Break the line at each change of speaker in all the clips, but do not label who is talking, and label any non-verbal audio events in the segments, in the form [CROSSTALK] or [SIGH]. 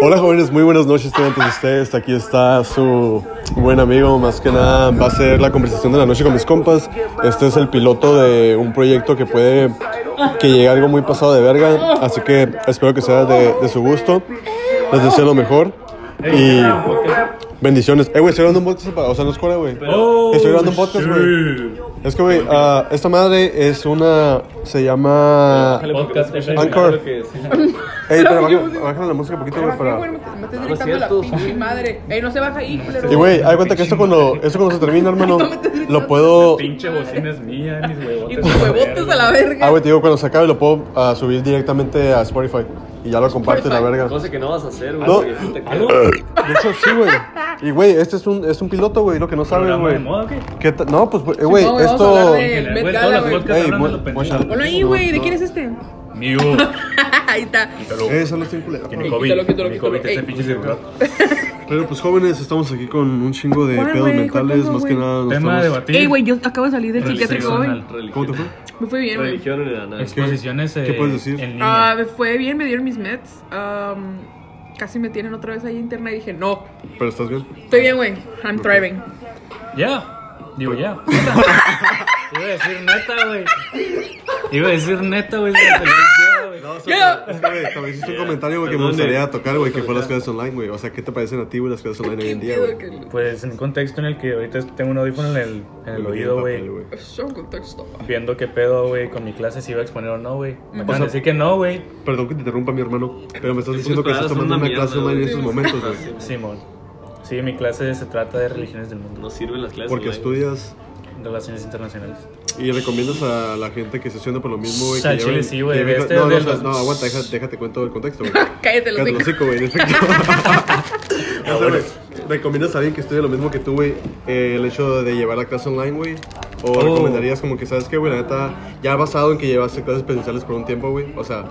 Hola jóvenes, muy buenas noches tengan todos ustedes. Aquí está su buen amigo, más que nada va a ser la conversación de la noche con mis compas. Este es el piloto de un proyecto que puede que llegue a algo muy pasado de verga, así que espero que sea de, de su gusto. Les deseo lo mejor y bendiciones. Eh, güey, estoy grabando un podcast, o sea, no es cora, güey. Estoy grabando un podcast, güey. Es que, güey, ah, esta madre es una, se llama...
Podcast
Anchor. Ey, pero baja- bájale la música un poquito, güey, para...
Me estás gritando la pinche madre. Ey, no se baja ahí, culero.
Y güey, hay cuenta que esto cuando, esto cuando se termina, hermano, lo puedo.
Pinche bocina es mía, mis
Y
huevotes.
tus huevotes a la
Ah,
verga.
güey, te digo, cuando se acabe lo puedo ah, subir directamente a Spotify. Y ya lo comparte la verga.
Cosa que no vas a hacer, güey.
No.
porque tú te
¿Algo?
De hecho, sí, güey. Y güey, este es un, es un piloto, güey, lo que no sabes,
¿Programa de
güey.
moda o qué?
¿Qué ta- no, pues, eh, güey,
No, vamos a
esto.
hablar de- El Met
Güey,
Gala,
todos los
güey.
podcasts
Ey,
hablan de
muy-
lo pendejo.
muy chale.
Ponlo ahí, güey. ¿De quién es este? [LAUGHS]
Mío.
ahí está.
Eh, son los cinco culeros.
Tiene
Ey,
COVID.
quítalo, quítalo,
Tiene
quítalo.
COVID, este
Ey.
pinche celular.
Pero pues, jóvenes, estamos aquí con un chingo de
¿Cuál,
pedos
güey? ¿Cuál
mentales,
pongo,
más
güey?
que nada. nos
Tema a
estamos-
debatir.
Ey, güey, yo acabo de salir del psiquiátrico hoy.
Religión,
¿Cómo te fue?
Me fue bien, güey.
Religión en la nada.
Exposiciones eh,
¿Qué puedes decir?
en línea.
Ah, me fue bien, me dieron mis meds. Am, casi me tienen otra vez ahí interna y dije, no.
Pero estás bien.
Estoy bien, güey. I'm thriving.
Ya. Digo ya.
[LAUGHS]
Neta. Iba a decir neta, güey. Iba a decir neta, güey. se me salió el dedo, güey.
Yeah.
Es que, güey, también hiciste un comentario, güey, que me
¿Dónde?
gustaría tocar, güey, que fue las clases online, güey. O sea, ¿qué te parecen a ti, güey, las clases online hoy en día, güey?
Pues en un contexto en el que ahorita tengo un audífono en el, en el oído, güey.
Show contexto.
Viendo qué pedo, güey, con mi clase si iba a exponer o no, güey. Me
O
acaban
sea,
de decir que no, güey.
Perdón que te interrumpa, mi hermano, pero me estás
Tus
diciendo que estás
palabras son
tomando
una
una clase
mierda,
online en
güey.
estos momentos, güey.
Simón. Sí, mi clase se trata de religiones del mundo,
No sirven las clases.
Porque
güey.
estudias
relaciones internacionales.
y recomiendas a la gente que se sienta por lo mismo, güey.
O sea,
que
chile
lleven-
sí, güey,
que
de
lleven-
este
no, no,
del-
o sea, no, aguanta, deja- déjate cuento el contexto, güey.
Cállate, los
Cállate los
hijos.
cinco, güey, en efecto.
[LAUGHS]
O sea, güey, ¿Recomiendas a alguien que estudie lo mismo que tú, güey, eh, el hecho de llevar la clase online, güey? ¿O
Oh.
recomendarías como que, sabes qué, güey, la neta, ya basado en que llevaste clases presenciales por un tiempo, güey? O sea,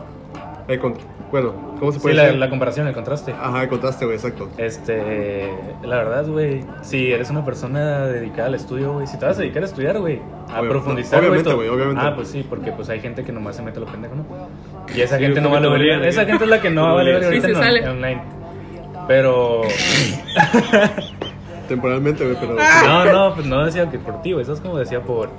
el con- bueno, ¿cómo se
Sí,
puede
la,
decir?
la comparación, el contraste.
Ajá, el contraste, güey, exacto.
Este, la verdad, güey, si eres una persona dedicada al estudio, güey, si te vas a dedicar a estudiar, güey, a
Obvio-
profundizar, güey.
obviamente,
to-
güey, obviamente.
Ah, pues sí, porque pues hay gente que nomás se mete a lo pendejo, ¿no? Y esa
Sí,
gente no
como
va a
que
valer,
podría,
esa
güey.
gente es la que no va a valer
Sí,
ahorita
se
en on-
sale.
online. Pero
Temporalmente, güey, pero...
Ah.
no, no, pues no decía que por ti, güey, eso es como decía por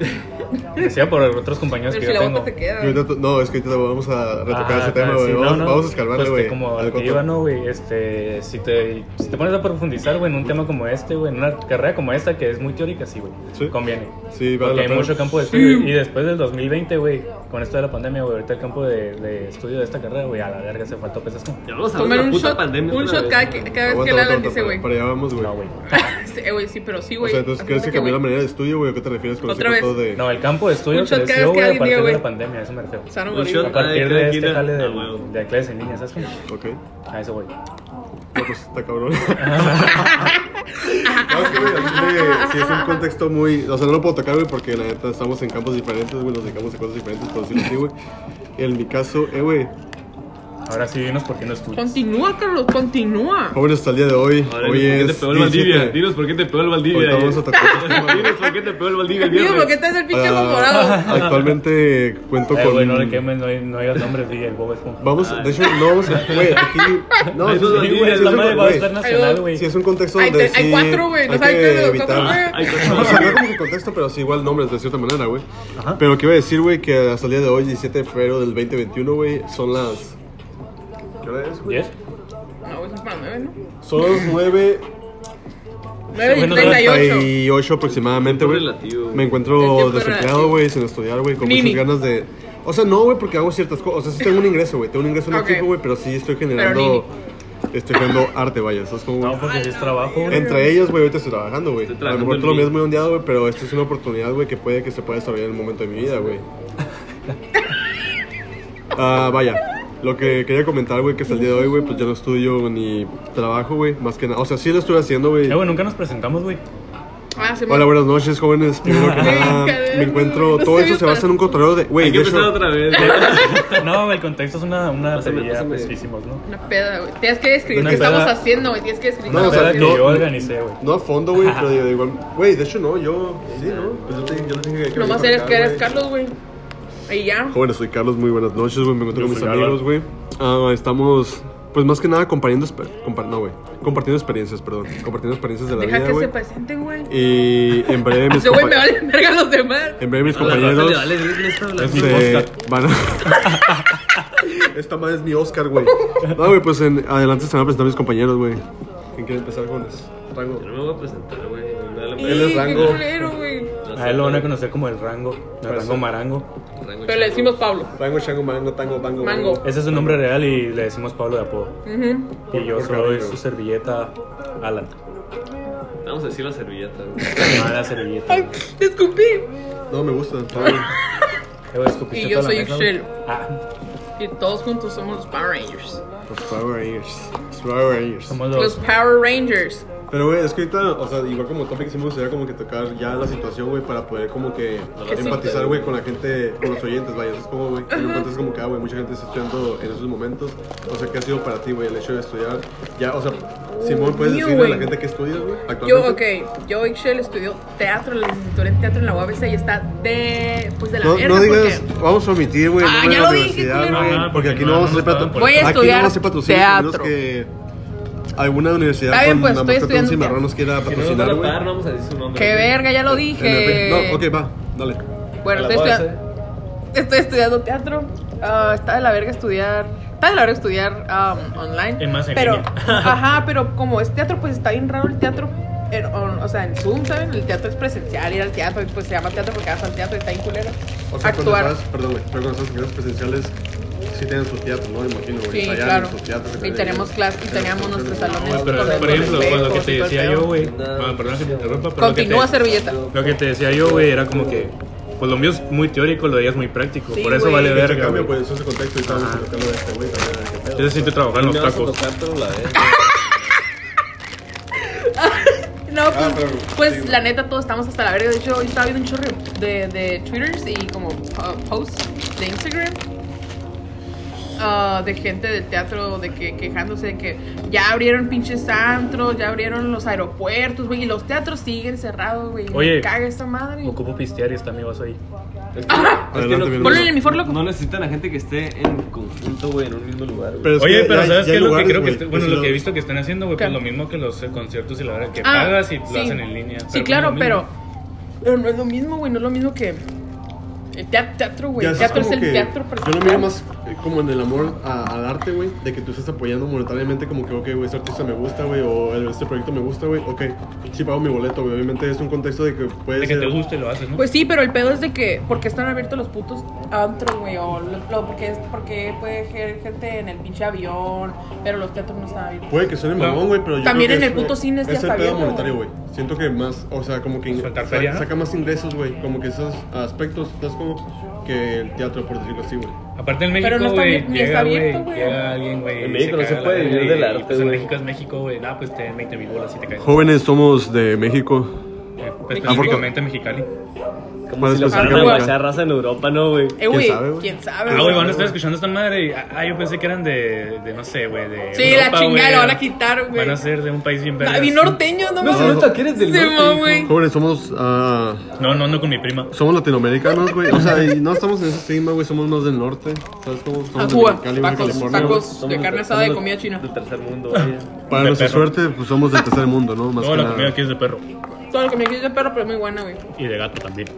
decía por otros compañeros
Pero
que
si
yo
la
tengo.
boca te queda.
Y ahorita tú- No, es que ahorita vamos a retocar
Ajá,
ese tema,
ajá,
güey.
sí,
vamos,
no, no.
vamos a escarbarle,
Pues,
güey.
que como
al
al que
coto.
iba, no, güey, este, si te, si te pones a profundizar, güey, en un tema como este, güey, en una carrera como esta que es muy teórica, sí, güey,
Sí.
conviene.
Sí, vale
Porque
la
hay
pena.
mucho campo de estudio. Y después del 2020, güey, con esto de la pandemia, güey, ahorita el campo de, de estudio de esta carrera, güey, a la verga se faltó pesas como.
Ya vamos a
Tomar
hablar de
un
la puta
shot,
pandemia.
un
otra
shot
vez.
cada que, cada vez
Aguanta,
que la
aguanta,
Alan dice,
para-
güey.
Para allá vamos, güey.
No, güey.
Sí, eh, güey, sí, pero sí,
O
güey.
sea, entonces, ¿crees que
Acuérdate,
cambió la
güey,
manera de estudio, güey? ¿A qué te refieres con ese
Otra vez.
coto de...?
No, el campo de estudio
Un shot cada
creció,
vez que
güey, a
alguien
partir de
diga,
la
güey.
pandemia, eso me refiero.
Se van a
Un
morir,
shot.
A
güey.
partir de este jale
Ah,
de,
güey.
de clases en línea, ¿sabes cómo?
Ok. No,
A eso, güey.
pues está cabrón. [LAUGHS] no, es que, güey, al chile, sí es un contexto muy... O sea, no lo puedo tocar, güey, porque la neta estamos en campos diferentes, güey. Nos dedicamos a cosas diferentes, por decirlo así, güey. En mi caso, eh, güey.
Ahora sí, dinos por qué no estudias.
Continúa, Carlos, continúa.
Jóvenes, hasta el día de hoy.
Ahora,
hoy
¿por qué
es
te pegó el Valdivia?
17.
Dinos por qué te pegó el Valdivia.
Ahorita
eh.
vamos a tocar
[LAUGHS]
este tema, güey.
[LAUGHS] Dinos por qué te pegó el Valdivia el
Digo,
viernes.
¿por qué estás este el pinche ojo
Ah, [LAUGHS]
morado?
Actualmente cuento
Eh,
con.
güey, no le quemes, no, hay- no digas nombres, di el Bob Esponja.
Vamos, de hecho, no vamos a. Güey, aquí. No,
Ay,
sí,
no,
sí,
sí,
güey,
es
sí,
la
es
madre
un-
va a
güey,
estar nacional, güey.
Sí, es un contexto
Hay
donde.
te- hay
sí
cuatro, güey, no
hay
saben
que
qué es de los
evitar-
cuatro, güey.
Ay,
O sea, no
coño.
es como que contexto, pero sí, igual nombres, de cierta manera, güey.
Ajá.
Pero que iba a decir, güey, que hasta el día de hoy, 17 de febrero del 2021, güey, son las. ¿Qué hora es, güey?
¿Yes?
No, güey, son para nueve, ¿no?
Son las 9.
Nueve y
Bueno,
treinta y ocho.
38 aproximadamente, güey.
Relativo, güey.
Me
El
encuentro
tiempo
desempleado,
relativo.
güey, sin estudiar, güey, con
Nini.
muchas ganas de... O sea, no, güey, porque hago ciertas cosas. O sea, sí tengo un ingreso, güey. Tengo un ingreso no
Ok.
fijo, güey, pero sí estoy generando... Estoy generando arte, vaya. ¿sabes cómo, güey?
No, porque si es trabajo, güey.
Entre ellos, güey, ahorita estoy trabajando, güey.
Estoy
A lo
trabajando
mejor
en
todo lo
mí.
mío es muy ondeado, güey, pero esta es una oportunidad, güey, que puede que se pueda desarrollar en el momento de mi vida, [LAUGHS] güey. Ah, vaya. Lo que quería comentar, güey, que hasta el día de hoy, güey, pues ya no estudio ni trabajo, güey, más que nada. O sea, sí lo estuve haciendo, güey.
Eh, güey, nunca nos presentamos,
[LAUGHS]
güey.
Ah, se me-
Hola, buenas noches, [LAUGHS] jóvenes. Primero que
Güey,
nada,
cadena,
me encuentro.
güey, no
Todo
sé
eso
bien
se basa en un cotorreo de. Güey,
Hay que
de hecho.
empezar otra vez. ¿eh?
No, güey, el contexto es una, una
Pásame,
pedida
pásame.
pues, que hicimos, ¿no?
Una peda, güey. Tienes que describir
Una
qué estamos
peda.
haciendo, güey. Tienes que describir
No,
Una
o sea,
peda
haciendo.
no-
que yo organicé, güey.
No a fondo, güey, pero de igual. Güey, de hecho, no, yo. Sí, ¿no? Pues yo te, yo te dije que.
Lo más
venía
eres
para
que
acá, güey.
eres Carlos, güey. Ahí ya.
Jóvenes, soy Carlos, muy buenas noches, güey. Me encuentro
Yo
con mis
soy Alan.
amigos, güey. Ah, estamos. Pues más que nada compartiendo, exper- compar- no, güey, compartiendo experiencias, perdón. Compartiendo experiencias de la
Deja
vida,
que
güey.
se presenten, güey.
Y en breve mis,
[LAUGHS] Yo, güey,
compa-
me valen verga los demás.
en breve mis
A la raza
compañeros
le vale verga esta habla-
este, van a... [LAUGHS] Esta madre es mi Oscar, güey. No, güey, pues en, adelante se van a presentar mis compañeros, güey. ¿Quién quiere empezar con eso? Rango.
Yo no me voy a presentar, güey. Dale, pues.
Y,
dale,
qué
rango.
culero, güey.
Ah,
A él lo van a conocer como el rango,
Pues
el rango marango.
Rango,
Pero le
chaval.
decimos Pablo.
Rango, chango, marango, tango, bango.
Mango.
bango.
Ese es su nombre real y le decimos Pablo de apodo.
Ujú.
Y yo
por
soy
cariño.
su servilleta, Alan.
[LAUGHS]
Vamos a decir la servilleta, güey.
No, la servilleta.
Ay, te escupí.
No, me gusta. está
[LAUGHS]
bien.
Te voy a escupir
Y
Eh, toda
yo
la
soy
mesa, güey.
Shell.
Ah,
Y todos juntos somos los Power Rangers.
Los Pues, Power Rangers. Los Power Rangers.
somos
Los
los.
Power Rangers.
Pero, güey, es que ahorita, o sea, igual como topic, sí me gustaría como que tocar ya la situación, güey, para poder como que
Que
empatizar,
sí.
güey, con la gente, con los oyentes, vaya, eso es como, güey, en un contexto como que, ah, güey, mucha gente está estudiando en esos momentos. O sea, ¿qué ha sido para ti, güey, el hecho de estudiar? Ya, o sea, Simón, ¿puedes
mío,
decirle a la
güey.
gente que estudias, güey, actualmente?
Yo, ok, yo Ixchel estudió teatro, la licenciatura en teatro en la UABC y está de, pues de la
No,
verga
no digas,
porque
vamos a omitir, güey, el
Ah,
nombre
ya
de la
lo dije,
universidad,
culero.
güey,
Ajá,
porque
porque
aquí
no,
no vamos a
no
hacer patro-
estaban por
Voy a
aquí no
estudiar
vamos a hacer patrocinio, a menos
teatro.
que alguna universidad
Está bien,
con
pues,
la
estoy
mascota de un
estudiando
cimarrón
teatro.
nos quiera
Si no nos van
patrocinar,
a
güey.
pagar, no vamos a decir su nombre.
qué
güey.
verga, ya lo dije.
No, ok, va, dale.
Bueno,
La
estoy,
voy a
estudia- estoy estudiando teatro. Ah, está de la verga estudiar. Está de la verga estudiar am, online.
Y más en
pero,
línea.
ajá, pero como es teatro, pues está bien raro el teatro. en- on- o sea, en Zoom, ¿saben? El teatro es presencial, ir al teatro, y pues se llama teatro porque vas al teatro y está bien culero.
O sea, cuando
Actuar.
estabas, perdón, güey, pero cuando estabas en clases presenciales, sí tienen su teatro, ¿no? Me imagino, güey.
Sí,
ensayaban
claro.
en su teatro, que
Y tenemos clases, y teníamos
Entonces,
nuestros
no,
salones.
güey,
Pero,
con los
por ejemplo,
espejos
cuando que te
y todo el
decía
pedo.
yo, güey.
No.
Ah, perdón que te interrumpa, pero. lo que te-
Continúa, servilleta.
Lo que te decía yo, güey, era como que. Pues lo mío es muy teórico, lo de ella es muy práctico.
Sí,
por eso
güey.
vale
Pero en
verga.
cambio,
güey.
pues eso es el contexto y estábamos colocando de este güey también. a ver qué
Yo
pedo.
necesito trabajar en
Me
los
vas a
tacos.
tocar toda la vez.
No, pues,
Ah, pero-
pues
sí, güey.
la neta todos estamos hasta la verga. De hecho, hoy estaba viendo un chorro de, de twitters y como uh, posts de Instagram. ah, de gente del teatro de que, quejándose de que ya abrieron pinches antros, ya abrieron los aeropuertos, güey, y los teatros siguen cerrados, güey. y me
Oye.
caga esta madre.
Ocupo pistear y está mi vaso ahí.
Es que- es que
Adelante, mi
no-
hermano.
Ponle en mi for loco.
No necesitan a gente que esté en conjunto, güey, en un mismo lugar, güey.
Pero es
Oye,
que
pero
ya-
¿sabes
ya
qué
hay
es lo que
lugares,
creo que,
güey,
est- bueno,
si
lo
no-
que he visto que están haciendo, güey, pues
¿Qué?
lo mismo que los eh, conciertos y la verdad que
Ah,
pagas y
sí.
lo hacen en línea.
Sí,
pues,
claro,
lo mismo.
pero, pero no es lo mismo, güey, no es lo mismo que el tea- teatro, güey.
Ya,
El
eso es
teatro es
como
el
que
teatro
Yo lo
personal.
miro más eh, como en el amor a- al arte, güey, de que tú estás apoyando monetariamente como que, ok, güey, este artista me gusta, güey, o el- este proyecto me gusta, güey, ok, sí pago mi boleto, güey, obviamente es un contexto de que puede
De que
ser...
te guste lo haces, ¿no?
Pues sí, pero el pedo es de que, ¿por qué están abiertos los putos antros, güey? O lo, lo- porque, es- porque puede haber gente en el pinche avión, pero los teatros no están abiertos.
Puede que suene
Claro.
mamón, güey, pero yo
También
creo que
en el
es-
puto cine está
Es el pedo
abierto,
monetario, güey. Siento que más, o sea, como que
Soltar
sa-
feria, ¿no?
saca más ingresos, güey. Como que esos aspectos, estás como que el teatro, por decirlo así, güey.
Aparte en
Pero
México,
no está
güey,
abierto, ni está
llega,
abierto,
güey,
güey.
llega alguien, güey.
En
y
México no
caga
se
la
puede
verga,
vivir
y,
del
pues,
arte,
en
güey.
México es México, güey. Nada, pues te 20 mil bolas y te caes.
Jóvenes somos de México.
Eh, Específicamente Mexicali.
Como
Para
si lo
especificar,
fueran a
güey.
guachar raza en Europa, ¿no, güey?
Eh, güey,
¿Quién sabe, güey?
¿quién sabe?
Ah,
güey?
güey, van a estar escuchando esta madre. y- Ah, yo pensé que eran de, de no sé, güey, de
Sí, la
Europa,
chingada
güey.
la van a quitar, güey. Ah,
Van a ser de un país bien vergas.
David norteño, no mames.
nota
que eres del
Sí,
norte,
mo, güey.
Jóvenes somos, ah,
No, no ando con mi prima.
somos latinoamericanos, güey. O sea, y no estamos en ese estigma, güey. Somos más del norte. ¿Sabes cómo? Somos
A
de
Ah, Cuba,
Mexicali, güey,
tacos,
California, güey.
tacos de carne asada de comida china.
Del tercer mundo, güey.
Para
de
nuestra
perro.
suerte, pues somos del tercer mundo, ¿no? Más
Toda
que
la comida
nada.
aquí es de perro.
Todo lo que me quieres de perro, pero es muy buena, güey.
Y de gato también.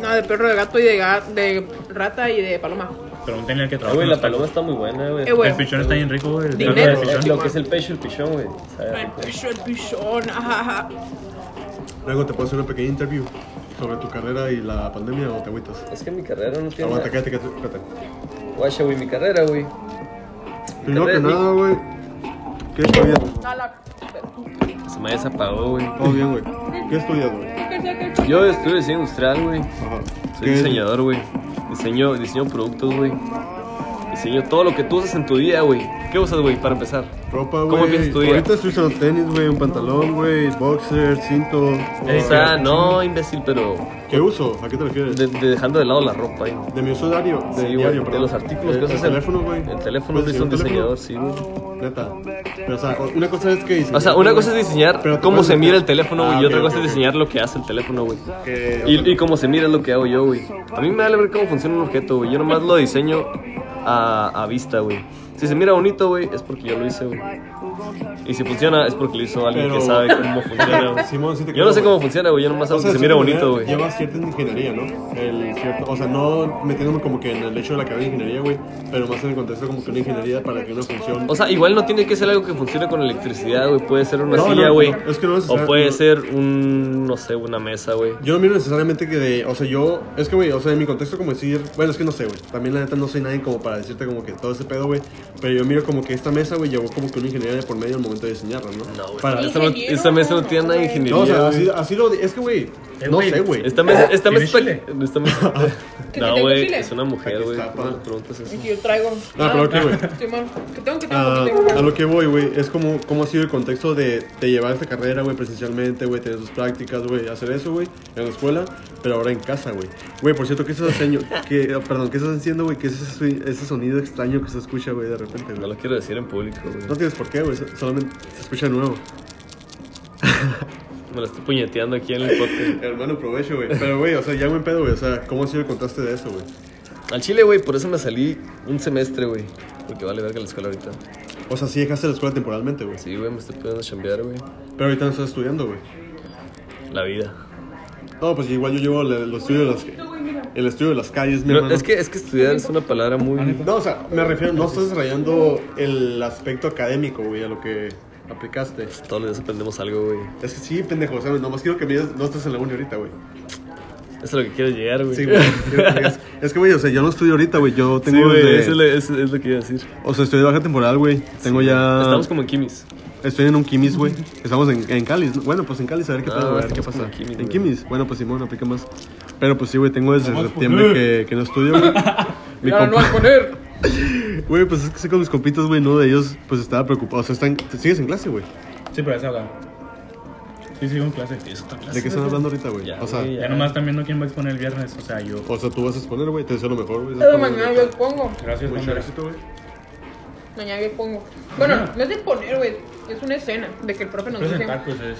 No, de perro, de gato y de, ga- de rata y de paloma.
Pregúntenle al que
Ah,
trabaja.
güey,
en
la
los
paloma está muy buena, güey.
Eh, güey.
El pichón está bien rico, güey. El
Dinero.
caldo de
Lo-
pichón.
Lo que es el pecho, el pichón, güey. Sabe
El
rico.
pichón, el pichón, ajá, ajá.
Luego te puedo hacer una pequeña interview sobre tu carrera y la pandemia o te agüitas.
Es que mi carrera no tiene.
Aguanta,
nada-
cállate, cállate, cállate.
Guacha, güey, mi carrera, güey.
Primero que
Carrera,
nada, güey. ¿Qué estudias?
A la-
Se me desapagó, güey.
Todo bien, güey. ¿Qué estudias, güey?
Yo estudio diseño industrial, güey.
Ajá.
Soy diseñador, güey. Diseño, diseño productos, güey. Diseño todo lo que tú usas en tu día, güey. ¿Qué usas, güey, para empezar?
Ropa, güey.
¿Cómo empiezas tu día?
Ahorita estoy usando tenis, güey, un pantalón, güey, boxer, cinto.
Ey,
O sea, no, imbécil, pero
¿Qué uso? ¿A qué te refieres?
de- de dejando de lado la ropa, güey.
De mi uso diario. De,
Sí, güey,
diario,
de los artículos que
El,
usas
el
en-
teléfono, güey. Pues
El teléfono,
¿Puedes
güey, un
diseñar
diseñador,
un
sí, güey.
teléfono? Neta. Pero, o sea, una cosa es que diseñar,
O sea, una
güey,
cosa es diseñar
pero te
cómo
puedes
se
meter-
mira el teléfono, güey,
Ah,
y otra
ok,
cosa
ok,
es
ok.
diseñar lo que hace el teléfono, güey.
Que, o sea,
Y, y cómo se mira es lo que hago yo, güey. A mí me vale ver cómo funciona un objeto, güey. Yo nomás lo diseño a, a vista, güey. Si se mira bonito, güey, es porque yo lo hice, güey. Y si funciona, es porque lo hizo alguien
Pero-
que sabe cómo funciona, güey.
[LAUGHS] Simón, sí te
Yo
creo,
no sé
güey.
cómo funciona, güey. Yo nomás
O
hago
sea,
que
de
se mire
cierta manera
bonito, güey.
Lleva cierta ingeniería, ¿no? El cierto, o sea, no metiéndome como que en el hecho de la carrera de ingeniería, güey, pero más en el contexto como que una ingeniería para que una función.
O sea, igual no tiene que ser algo que funcione con electricidad, güey. Puede ser una
No,
silla,
no,
güey.
no, es que no es
o
necesario,
puede
no.
ser un, no sé, una mesa, güey.
Yo no miro necesariamente que de, o sea, yo, es que, güey, o sea, en mi contexto como decir, bueno, es que no sé, güey, también la neta no soy nadie como para decirte como que todo ese pedo, güey, pero yo miro como que esta mesa, güey, llevó como que una ingeniería de por medio al momento de diseñarla, ¿no?
No, güey.
Para-
Esta, no-
Ingeniero,
esta mesa no tiene nada de
güey.
ingeniería.
No, o sea, así,
güey. Eh,
así lo, es que, güey, no
güey,
sé, güey.
Esta mesa, esta
¿Tiene
mesa,
chile?
esta mesa.
¿Que
No,
tengo
güey,
chile?
es una mujer,
Aquí
güey.
está, pa.
No preguntas eso.
Y que yo traigo.
Ah, pero ok, güey.
Sí, man. Que tengo que tengo
Ah,
que tengo.
a lo que voy, güey, es como cómo ha sido el contexto de, de llevar esta carrera, güey, presencialmente, güey, tener sus prácticas, güey, hacer eso, güey, en la escuela, pero ahora en casa, güey. Güey, por cierto, ¿qué estás haciendo? ¿Qué, perdón, ¿qué estás haciendo, güey? ¿Qué es ese, sui- ese sonido extraño que se escucha, güey, de repente?
Pues No
güey?
lo quiero decir en público,
No
güey.
tienes por qué, güey, so- solamente se escucha de nuevo.
Me la estoy puñeteando aquí en el podcast.
Hermano, provecho, güey. Pero, güey, o sea, ya buen pedo, güey, o sea, ¿cómo ha sido el contraste de eso, güey?
Al chile, güey, por eso me salí un semestre, güey. Porque vale verga la escuela ahorita.
O sea, sí dejaste la escuela temporalmente, güey,
Sí, güey, me estoy pudiendo chambear, güey.
pero ahorita no estás estudiando, güey.
La vida.
No, pues igual yo llevo la- los estudios de las, el estudio de las calles, mi
No,
hermano.
es, que, es que estudiar es una palabra muy...
No, o sea, me refiero, no estás desarrollando el aspecto académico, güey, a lo que aplicaste.
Todos los días aprendemos algo, güey.
Es que sí, pendejo, o sea, nomás quiero que me digas, no estás en la uni ahorita, güey.
Eso es lo que quiero llegar, güey.
Sí,
[LAUGHS]
güey. quiero que me digas. [LAUGHS] es que, güey, o sea, yo no estudio ahorita, güey, yo
Sí,
tengo...
güey,
de-
eso es, lo, eso es lo que iba a decir.
O sea, estoy de baja temporal, güey, tengo ya...
Estamos como en Kimis.
Estoy en un Kimis, güey. Estamos en, en Cáliz. ¿no? Bueno, pues en Cáliz, a ver qué
Ah,
pasa, a ver qué
estamos
pasa.
en Kimis,
en
güey.
Kimis. Bueno, pues Simón, aplica más. Pero pues sí, güey, tengo desde septiembre que, que no estudio, güey. Mi
Ya no
compa-
vas a poner.
[LAUGHS] Güey, pues es que sé con mis compitas, güey, no de ellos, pues estaba preocupado. O sea, están... ¿Sigues en clase, güey?
Sí, pero ya se hablaba. Sí, sigo en clase.
¿De qué están hablando ahorita, güey?
Ya,
O sea,
güey,
Ya nomás están viendo quién va a exponer el viernes. O sea, yo.
o sea, tú vas a exponer, güey, te deseo lo mejor, güey.
Pero mañana yo expongo.
Gracias,
Mucho
Juan.
éxito, güey.
Mañana yo expongo. Bueno, no es de exponer, güey. Es una escena de que el profe nos dice.
Presentar, pues es.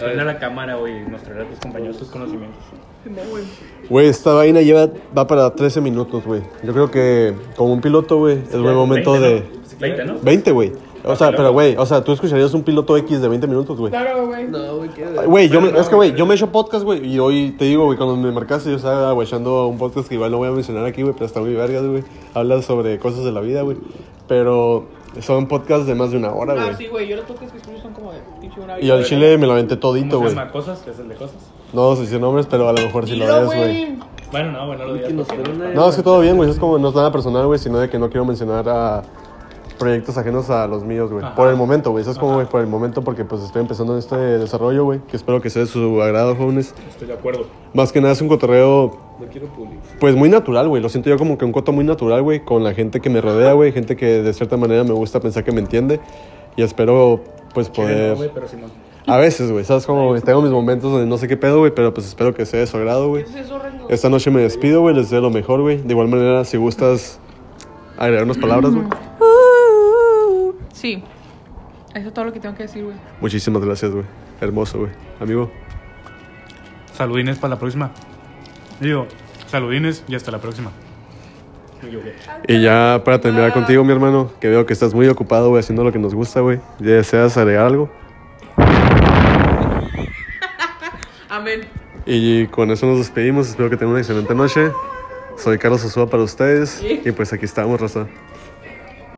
Hablar a la cámara, güey, y mostrar a tus compañeros tus conocimientos.
Simón, güey.
Güey, esta vaina lleva, va para 13 minutos, güey. Yo creo que como un piloto, güey, es buen momento
20,
de...
¿no? 20, ¿no?
20, güey. O sea, pero, güey, o sea, tú escucharías un piloto X de 20 minutos, güey.
Claro, güey.
No, güey, qué...
Ay, Güey, yo me- es que, güey, yo me he hecho podcast, güey, y hoy te digo, güey, cuando me marcaste, yo estaba güey, echando un podcast que igual no voy a mencionar aquí, güey, pero está muy vergas, güey. Habla sobre cosas de la vida, güey. Pero son podcasts de más de una hora,
Ah,
güey.
sí, güey. Yo los toques que escucho son como de pinche una
Y al chile me lo aventé todito,
¿Cómo se
güey.
llama? ¿Cosas? ¿Es el de cosas?
No sé si nombres, pero a lo mejor si lo
Dilo,
ves, güey.
güey.
Bueno, no, bueno, lo digas. porque no.
No, es que todo bien, güey. Es como no es nada personal, güey, sino de que no quiero mencionar a proyectos ajenos a los míos, güey.
Ajá.
Por el momento, güey. Eso es como, güey, por el momento, porque pues estoy empezando en este desarrollo, güey. Que espero que sea de su agrado, jóvenes.
Estoy de acuerdo.
Más que nada es un cotorreo
No quiero publicar.
Pues muy natural, güey. Lo siento yo como que un coto muy natural, güey, con la gente que me rodea, güey. Gente que de cierta manera me gusta pensar que me entiende. Y espero, pues,
No, güey,
poder.
pero Simón.
A veces, güey, ¿sabes cómo? güey? Tengo mis momentos donde no sé qué pedo, güey, pero pues espero que sea de su agrado, güey.
Ese es horrendo.
Esta noche me despido, güey. Les deseo lo mejor, güey. De igual manera, si gustas agregar unas palabras, güey.
Sí. Eso es todo lo que tengo que decir, güey.
Muchísimas gracias, güey. Hermoso, güey. Amigo.
Saludines para la próxima. Digo, saludines y hasta la próxima.
Y ya para terminar contigo, mi hermano, que veo que estás muy ocupado, güey, haciendo lo que nos gusta, güey. ¿Deseas agregar algo?
Amén.
Y con eso nos despedimos. Espero que tengan una excelente noche. Soy Carlos Osúa para ustedes.
Sí.
Y pues aquí estamos, Raza.